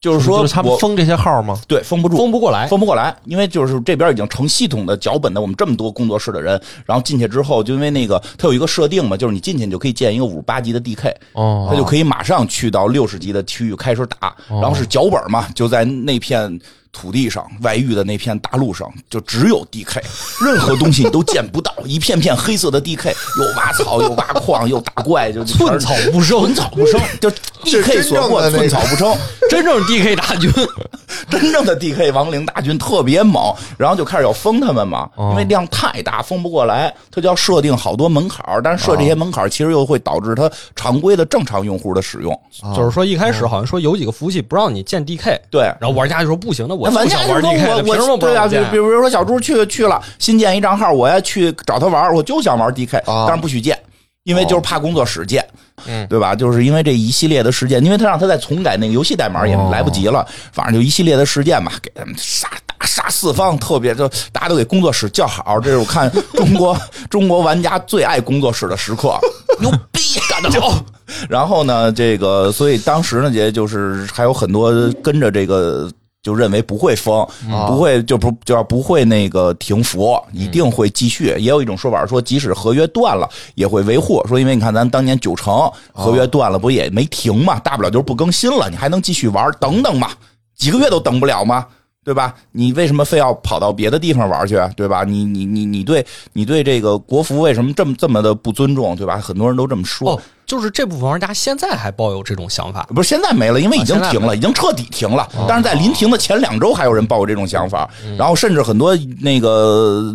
D: 就是说
A: 他们
D: 我
A: 封这些号吗？
D: 对封不住，
C: 封不过来。
D: 翻不过来，因为就是这边已经成系统的脚本的，我们这么多工作室的人，然后进去之后，就因为那个它有一个设定嘛，就是你进去你就可以建一个五十八级的 DK，
A: 哦
D: 他就可以马上去到六十级的区域开始打，
C: 哦
D: 然后是脚本嘛，就在那片。土地上，外域的那片大陆上，就只有 DK，任何东西你都见不到，一片片黑色的 DK，又挖草，又挖矿，又打怪，就
C: 寸草不生，寸草
D: 不生，
B: 这
D: 就 DK
B: 真正的
D: 所过，
B: 那个
D: 寸草不生。
C: 真正 DK 大军，
D: *laughs* 真正的 DK 亡灵大军特别猛，然后就开始要封他们嘛，因为量太大，封不过来，他就要设定好多门槛儿，但是设这些门槛儿其实又会导致他常规的正常用户的使用。
B: 啊
C: 就是说一开始好像说有几个服务器不让你建 DK，
D: 啊对
C: 然后玩家就说不行，那我
D: 那玩
C: 就
D: 家
C: 想
D: 就
C: 玩
D: 说
C: DK，了凭什
D: 我
C: 么
D: 我
C: 不
D: 对啊，
C: 让我
D: 比
C: 建？
D: 比如说小猪去去了，新建一账号，我要去找他玩儿，我就想玩 DK，
B: 啊
D: 但是不许建。因为
C: 哦
D: 就是怕工作室建，嗯，对吧？就是因为这一系列的事件，因为他让他再重改那个游戏代码也
C: 哦
D: 来不及了，反正就一系列的事件吧，给他们杀打杀四方，特别就大家都给工作室叫好，这是我看 *laughs* 中国中国玩家最爱工作室的时刻，牛逼，干得好！然后呢，这个所以当时呢，也就是还有很多跟着这个。就认为不会封，不会就不就要不会那个停服，一定会继续。也有一种说法说，即使合约断了，也会维护。说因为你看咱当年九成合约断了，不也没停嘛，大不了就是不更新了，你还能继续玩，等等嘛，几个月都等不了吗？对吧？你为什么非要跑到别的地方玩去？对吧？你你你你对你对这个国服为什么这么这么的不尊重？对吧？很多人都这么说。
C: 哦，就是这部分玩家现在还抱有这种想法，
D: 不是现在没了，因为已经
C: 啊现在
D: 停了，已经彻底停了。
B: 哦
D: 但是在临停的前两周，还有人抱有这种想法，
B: 嗯
D: 然后甚至很多那个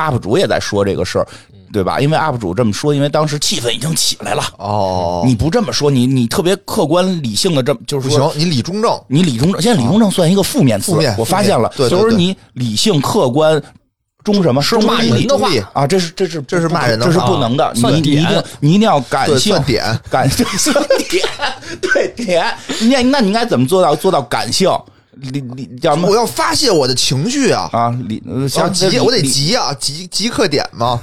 D: 呃 UP 主也在说这个事儿，
B: 嗯
D: 对吧？因为 UP 主这么说，因为当时气氛已经起来了。
B: 哦，
D: 你不这么说，你你特别客观理性的这么就是
B: 不
D: 说
B: 行，你理中正
D: 你理中正，现在理中正算一个负面词，
B: 负面
D: 我发现了，
B: 负面对对
D: 就是
B: 对
D: 你理性客观。中什么？是
B: 骂人的话
D: 啊！这是这是
B: 这是骂人的
D: 这
B: 话啊
D: 是不能的。你
C: 算
D: 你一
C: 点
D: 定你一定要感
B: 对
D: 性
B: 算点
D: 感算
B: *laughs*
D: 点对点。你那那你应该怎么做到做到感性？理理叫什么
B: 我要发泄我的情绪啊！
D: 啊？理呃
B: 我要
D: 像
B: 急，我得
D: 理
B: 急啊，急即刻点嘛。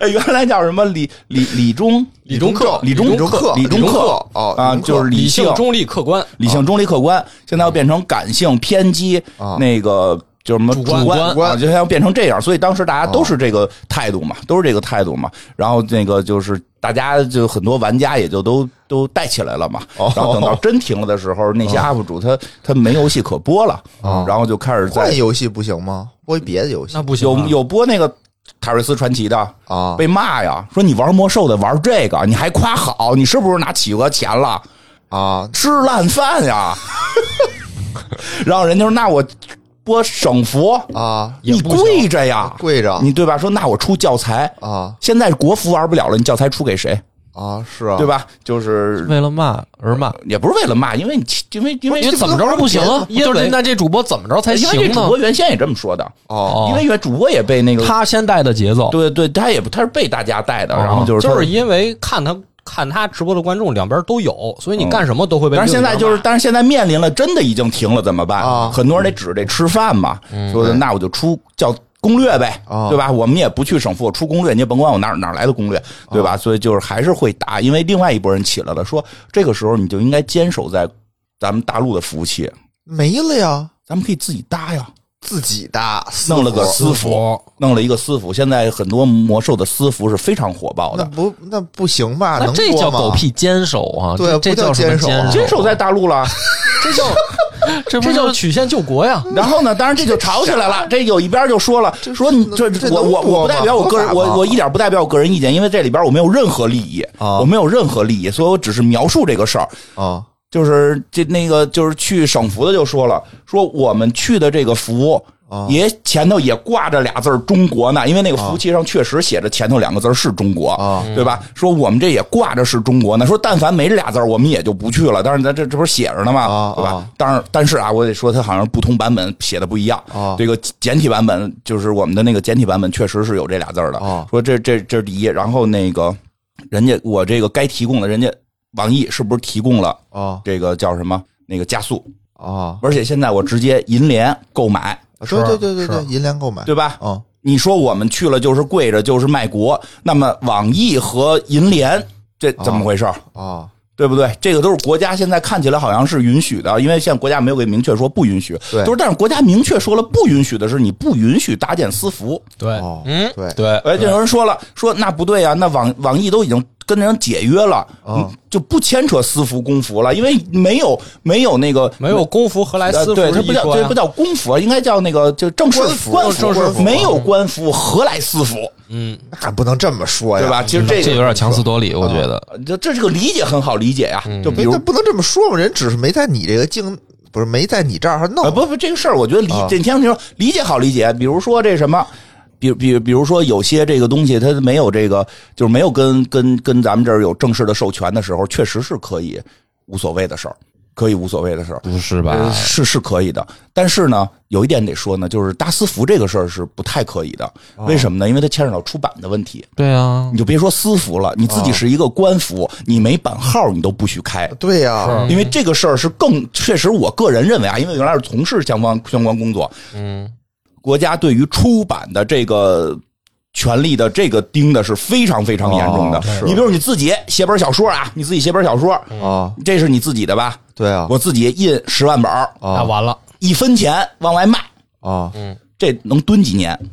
D: 哎，原来叫什么李李李中
C: 李中客
D: 李中
B: 李中客
D: 李中
B: 李中客哦
D: 啊，
B: 李中客
D: 就是
C: 理
D: 性
C: 性、中立、客观。
D: 理性、中立、客观，现在要变成感性、偏激
B: 啊，
D: 那个就是什么
C: 主观
D: 观
C: 主
B: 观啊
D: 啊，就要变成这样。所以当时大家都是这个态度嘛，都是这个态度嘛。然后那个就是大家就很多玩家也就都都带起来了嘛。
B: 哦
D: 然后等到真停了的时候，那些
B: 啊
D: UP 主他他没游戏可播了，然后就开始
B: *laughs* 换
D: 在
B: 游戏不行吗？播一啊别的游戏
C: 那不行
D: 有
C: 啊，
D: 有播那个。塔瑞斯传奇的
B: 啊
D: 被骂呀，说你玩魔兽的玩这个，你还夸好，你是不是拿企鹅钱了？
B: 啊！
D: 吃烂饭呀。 *laughs* 然后人就说：“那我播省服，
B: 啊
C: 也
D: 你
C: 不行
D: 跪着呀，
B: 跪着
D: 你对吧？说那我出教材，
B: 啊
D: 现在国服玩不了了，你教材出给谁？
B: 啊！是啊，
D: 对？吧？就是
A: 为了骂而骂，
D: 也不是为了骂，因为你因为因为
A: 因为怎哎么着都不行啊，
C: 因为
A: 就是那这主播怎么着才
D: 因为
A: 行
D: 这主
A: 呢？
D: 播原先也这么说的，
B: 哦，
A: 哦
D: 因为原主播也被那个
A: 他先带的节奏，
D: 对对，他也他是被大家带的，
A: 哦
D: 然后就是
C: 就
D: 他
C: 是因为看他看他直播的观众两边都有，所以
A: 嗯
C: 你干什么都会被另
D: 但
C: 一
D: 是现
C: 边骂。
D: 在就是，但是现在面临了，真的已经停了，怎么办？
B: 啊嗯
D: 很多人得指着这吃饭嘛，说的那我就出叫攻略呗，
B: 啊
D: 对吧？我们也不去省服，我出攻略，你也甭管我哪儿哪儿来的攻略，对
B: 啊
D: 吧？所以就是还是会打，因为另外一拨人起来了，说这个时候你就应该坚守在咱们大陆的服务器，
B: 没了呀，
D: 咱们可以自己搭呀，
B: 自己搭，私
D: 弄了个
B: 服
D: 私服，弄了一个私服，现在很多魔兽的私服是非常火爆
B: 那
D: 的。
B: 不那不行吧？
A: 那
B: 能
A: 这
B: 播
A: 叫
B: 吗
A: 狗屁坚守啊！
B: 对
A: 这这
B: 不叫
A: 叫什么
B: 坚守啊
A: 坚
D: 坚守在大
B: *laughs*
D: 陆了，
C: 这叫
A: 这
C: 这
A: 不
C: 叫
A: 叫
C: 曲线救国呀！
D: *laughs* 然后呢，当然这就吵起来 *laughs* 了。这有一边就说了，说你这
B: 这
D: 我
B: 能
D: 我我
B: 播吗
D: 不代表我个人，
B: 合法吗
D: 我我一点不代表我个人意见，因为这里边我没有任何利益，
B: 啊
D: 我没有任何利益，所以我只是描述这个事儿。
B: 啊
D: 就是这那个就是去省服的就说了，说我们去的这个服。
B: 啊
D: 也前头也挂着俩字儿“中国”呢，因为那个服务器上确实写着前头两个字儿是中国，
B: 啊
D: 对吧？说我们这也挂着是中国呢。说但凡没这俩字儿，我们也就不去了。但是咱这这不是写着呢吗？
B: 啊
D: 对吧？
B: 啊
D: 当然，但是啊，我得说它好像不同版本写的不一样。
B: 啊
D: 这个简体版本就是我们的那个简体版本，确实是有这俩字儿的。
B: 啊
D: 说这这这是第一，然后那个人家我这个该提供的，人家网易是不是提供了
B: 啊
D: 这个叫什么那个加速？
B: 啊！
D: 而且现在我直接银联购买，
B: 对对对对对，银联购买
D: 对吧？
B: 嗯
D: 你说我们去了就是跪着就是卖国，那么网易和银联这怎么回事儿？
B: 啊
D: 对不对？这个都是国家现在看起来好像是允许的，因为现在国家没有给明确说不允许，
B: 对
D: 就是但是国家明确说了不允许的是你不允许搭建私服，
C: 对
B: 哦，
A: 嗯
B: 对，
A: 对，
D: 哎，就有人说了，说那不对啊，那网网易都已经跟人解约了，嗯就不牵扯私服公服了，因为没有没有那个
C: 没有公服何来
D: 呃，
C: 私服
D: 对，这
C: 这
D: 不
C: 一
D: 叫
C: 说啊
D: 这
C: 呀
D: 不？叫公服，啊应该叫那个就正式
B: 官服
D: 官
B: 正式服
D: 没有官服何来私服，
B: 那不能这么说哎呀，
D: 对吧？？其实这
A: 这
D: 个
A: 有点强词夺理，我觉得。
D: 呃这这是个理解很好理解呀，就比
B: 没，
D: 如
B: 那不能这么说嘛，人只是没在你这个境，不是没在你这儿弄
A: 哦
D: 啊，，不不，这个事儿我觉得理
B: 啊，
D: 这你听听，理解好理解。比如说这什么，比比比如说有些这个东西，它没有这个，就是没有跟跟跟咱们这儿有正式的授权的时候，确实是可以无所谓的事儿，可以无所谓的事儿。
A: 不是
D: 呃
A: 吧？
D: 是是可以的，但是呢，有一点得说呢，就是搭私服这个事儿是不太可以的。
A: 哦
D: 为什么呢？因为它牵扯到出版的问题。
A: 对啊
D: 你，就别说私服了，你
A: 哦
D: 自己是一个官服，你没版号你都不许开。
B: 对呀，
D: 因为这个事儿是更确实，我个人认为啊，因为原来是从事相关相关工作，
A: 嗯，
D: 国家对于出版的这个权利的这个盯的是非常非常严重的。
B: 哦是
D: 你比如你自己写本小说啊，你自己写本小说，
B: 啊，
D: 这是你自己的吧？
B: 对啊，哦
D: 我自己印十万本儿，
C: 那完了，
D: 一分钱往外卖，
B: 啊，
A: 嗯
D: 这能蹲几年？
B: 嗯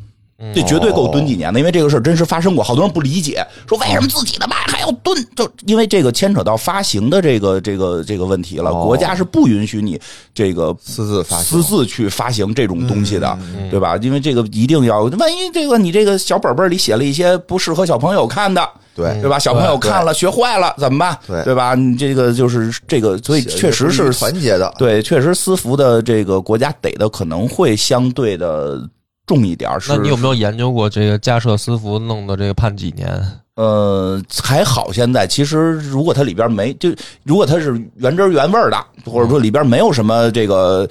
D: 这绝对够蹲几年的，因为这个事儿真实发生过，好多人不理解，说为什么自己的卖
B: 哦
D: 还要蹲？就因为这个牵扯到发行的这个这个这个问题了，
B: 哦
D: 国家是不允许你这个
B: 私自发行嗯
D: 私自去发行这种东西的，对吧？因为这个一定要，万一这个你这个小本本里写了一些不适合小朋友看的。
B: 对
D: 对吧？小朋友看了学坏了怎么办？
B: 对
D: 对吧？你这个就是这个，所以确实是
B: 团结的，
D: 对，确实私服的这个国家逮的可能会相对的重一点儿。是
A: 那你有没有研究过这个架设私服弄的这个判几年？
D: 呃，还好现在其实如果它里边没就如果它是原汁儿原味儿的，或者说里边没有什么这个。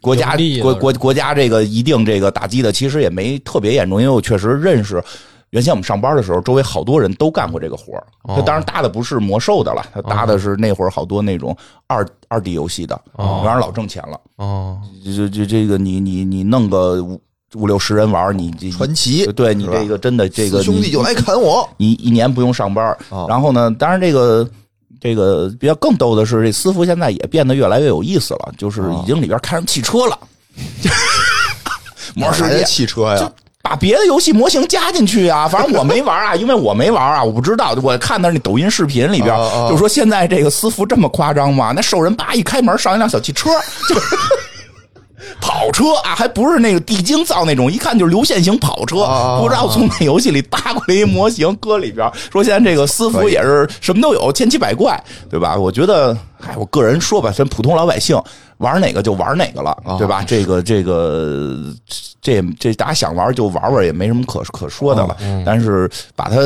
D: 国家
C: 盈利啊
D: 国国国家这个一定这个打击的，其实也没特别严重，因为我确实认识，原先我们上班的时候，周围好多人都干过这个活儿。
A: 哦
D: 他当然搭的不是魔兽的了，他搭的是那会儿好多那种二二 D 游戏的，
A: 哦
D: 然后老挣钱了。
A: 哦，
D: 就就这个你你你弄个五五六十人玩儿，你这
B: 传奇，
D: 对你
B: 是吧
D: 这个真的这个
B: 四兄弟
D: 你
B: 就来砍我，
D: 你一年不用上班儿
B: 哦。
D: 然后呢，当然这个这个比较更逗的是，这私服现在也变得越来越有意思了，就是
B: 哦
D: 已经里边开上汽车
B: *laughs*
D: 了， *laughs* 魔兽世
B: 哪来
D: 界
B: 的汽车
D: 就
B: 呀，
D: 把别的游戏模型加进去啊，反正我没玩啊，因为我没玩啊，我不知道。我看的那抖音视频里边
B: 哦哦，
D: 就说现在这个私服这么夸张吗？那兽人叭一开门上一辆小汽车，就 *laughs* 跑车啊，还不是那个地精造那种，一看就是流线型跑车，
B: 哦哦
D: 不知道从哪游戏里搭过来一模型搁里边。说现在这个私服也是什么都有，千奇百怪，对吧？我觉得，哎，我个人说吧，咱普通老百姓玩哪个就玩哪个了，
A: 啊
D: 对吧？这个这个这这大家想玩就玩玩，也没什么可可说的了。
A: 嗯
D: 但是把它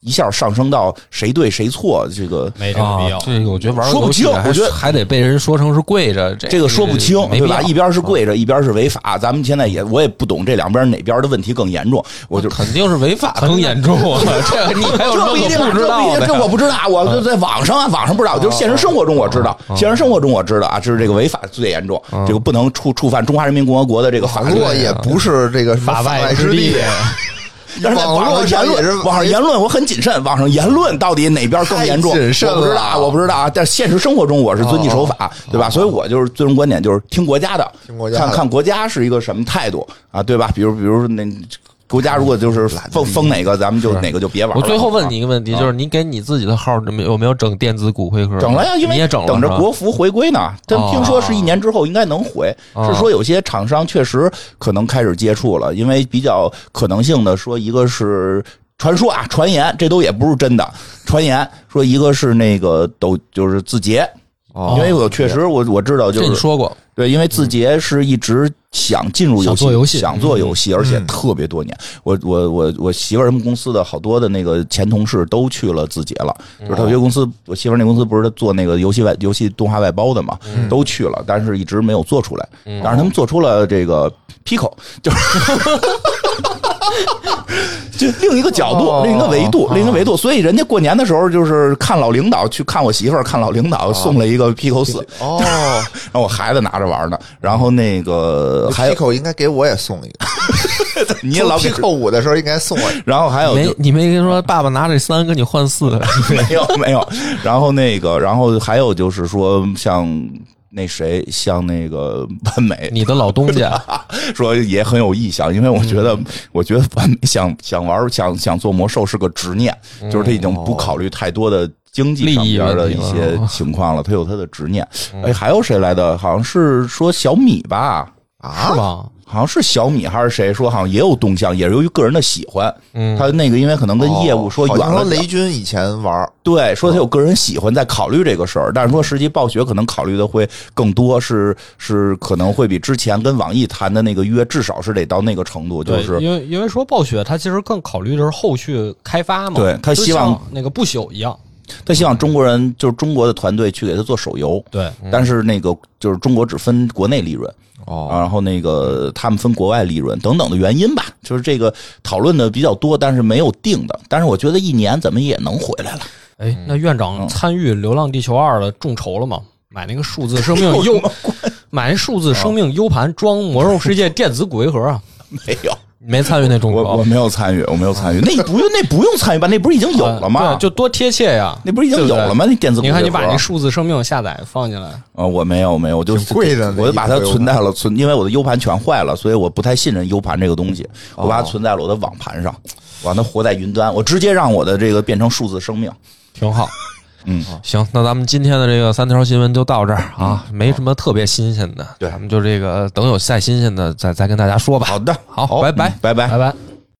D: 一下上升到谁对谁错，这个
C: 没这个必要。
A: 啊这个我觉得玩
D: 说不
A: 游戏
D: 清
A: 还
D: 我觉得
A: 还得被人说成是跪着，这
D: 这个说不清，
A: 没
D: 对
A: 必
D: 吧？
A: 要嗯
D: 一边是跪着，一边是违法。咱们现在也我也不懂这两边哪边的问题更严重，我就。
A: 肯定是违法更严重啊！这个你还有什
D: 这
A: 么
D: 不一定，
A: 可不知
D: 这不一
A: 道
D: 定，
A: 的
D: 这
A: 呀？嗯
D: 我不知道，我就在网上啊，网上不知道，就是现实生活中我知道，现实生活中我知道啊，这是这个违法最严重，
A: 嗯
D: 这个不能触触犯中华人民共和国的这个法
B: 网
D: 律。
B: 络也不是这个什么
C: 法
B: 外
C: 外之
B: 地
C: 地，
D: 但是在
B: 网
D: 网
B: 络
D: 上
B: 上
D: 言
B: 也是
D: 论，网上言论我很谨慎，网上言论到底哪边更严重？
B: 太谨慎了
D: 我不知道啊，我不知道啊。但是现实生活中我是遵纪守
A: 哦
D: 法，对吧？所以我就是最终观点就是听国家的，
B: 听国家的
D: 看看国家是一个什么态度啊，对吧？比如比如那国家如果就是封封哪个，咱们就哪个就别玩
A: *laughs*
D: 了。
A: 我最后问
D: 啊
A: 你一个问题，就是你给你自己的号有没有整电子骨灰盒？
D: 整了呀，因为
A: 你也整了，
D: 等着
A: 是吧
D: 国服回归呢。但
A: 哦
D: 听说是一年之后应该能回，
A: 哦
D: 是说有些厂商确实可能开始接触了，因为比较可能性的说，一个是传说啊，传言，这都也不是真的，传言说一个是那个抖就是字节。因为我确实我我知道就
A: 哦这你
D: 是
A: 说过，
D: 对，因为字节是一直想进入游戏，
C: 想做游戏嗯
D: 想做游戏而且特别多年。我我我我媳妇儿他们公司的好多的那个前同事都去了字节了，
C: 嗯
D: 就是他有些公司，我媳妇儿那公司不是做那个游戏外游戏动画外包的嘛，
C: 嗯
D: 都去了，但是一直没有做出来。
C: *laughs*
D: 但是他们做出了这个 Pico，就是。就另一个角度，
B: 哦
D: 另一个维度
B: 哦，
D: 另一个维度。所以人家过年的时候就是看老领导去看我媳妇儿，看老领
C: 哦
D: 导送了一个 Pico 四，
B: 哦，
D: 让我孩子拿着玩呢。然后那 *laughs* 个呃还有
B: Pico 应该给我也送一个，
D: 你也老给
B: Pico 五的时候应该送我一个。
D: *laughs* 然后还有
A: *laughs* 没
D: 就
A: 你没跟说爸爸拿这三跟你换四，
D: 没有没有。然后那个，然后还有就是说，像那谁，像那个完美，
A: 你的老东家
D: 说也很有意向，因为我觉
A: 嗯
D: 得，我觉得完美想想玩想想做魔兽是个执念，
A: 嗯
D: 就是他已经
A: 哦
D: 不考虑太多的。经济上边的一些
A: *laughs*
D: 情况了，他有他的执念。
A: 嗯
D: 哎，还有谁来的？好像是说小米吧，
C: 是
B: 啊
C: 吧？
D: 好像是小米还是谁说，好像也有动向，也是由于个人的喜欢。
A: 嗯
D: 他那个因为可能跟业务说
B: 哦好
D: 远
B: 像
D: 了
B: 说
D: 点儿，
B: 雷军以前玩儿
D: 对，说他有个人喜欢，在考虑这个事儿，但是说实际暴雪可能考虑的会更多，是是可能会比之前跟网易谈的那个约，至少是得到那个程度，就
C: 对，
D: 是
C: 因为因为说暴雪，它其实更考虑的是后续开发嘛，
D: 对它
C: 就
D: 希望
C: 像那个不朽一样，
D: 他希望中国人就是中国的团队去给他做手游，
C: 对，
D: 但是那个就是中国只分国内利润，啊
B: 哦，
D: 然后那个他们分国外利润等等的原因吧，就是这个讨论的比较多，但是没有定的，但是我觉得一年怎么也能回来了。 *laughs*
C: 哎，
D: 嗯
C: 那院长参与《流浪地球二》的众筹了吗？买那个数
D: *laughs*
C: 字生命
D: 有什
C: U，买那数字生命 U 盘装《魔兽世界》电子骨灰盒啊！
D: 没有，
A: 没参与那哦众
D: 我我
A: 筹，
D: 没有参与，我没有参与，那不用那不用参与吧，那不是已经有了
B: 啊
D: 吗？
C: 对，就多贴切呀！
D: 那不是已经有了吗？那电子骨
C: 你
D: 灰盒
C: 看，你把那数字生命下载放进来，
D: 啊，我没有没有，我就
B: 挺贵的那
D: 我就把它
B: 一个 U 盘
D: 存在了存，因为我的 U 盘全坏了，所以我不太信任 U 盘这个东西，
B: 哦
D: 我把它存在了我的网盘上，我让它活在云端，我直接让我的这个变成数字生命。
A: 挺好。啊
D: 嗯，
A: 行，那咱们今天的这个三条新闻就到这儿啊，没什么特别新鲜的，
D: 对
A: 咱们就这个等有再新鲜的再再跟大家说吧。
D: 好的，嗯
A: 好，拜拜。
D: 拜拜
C: 拜。拜。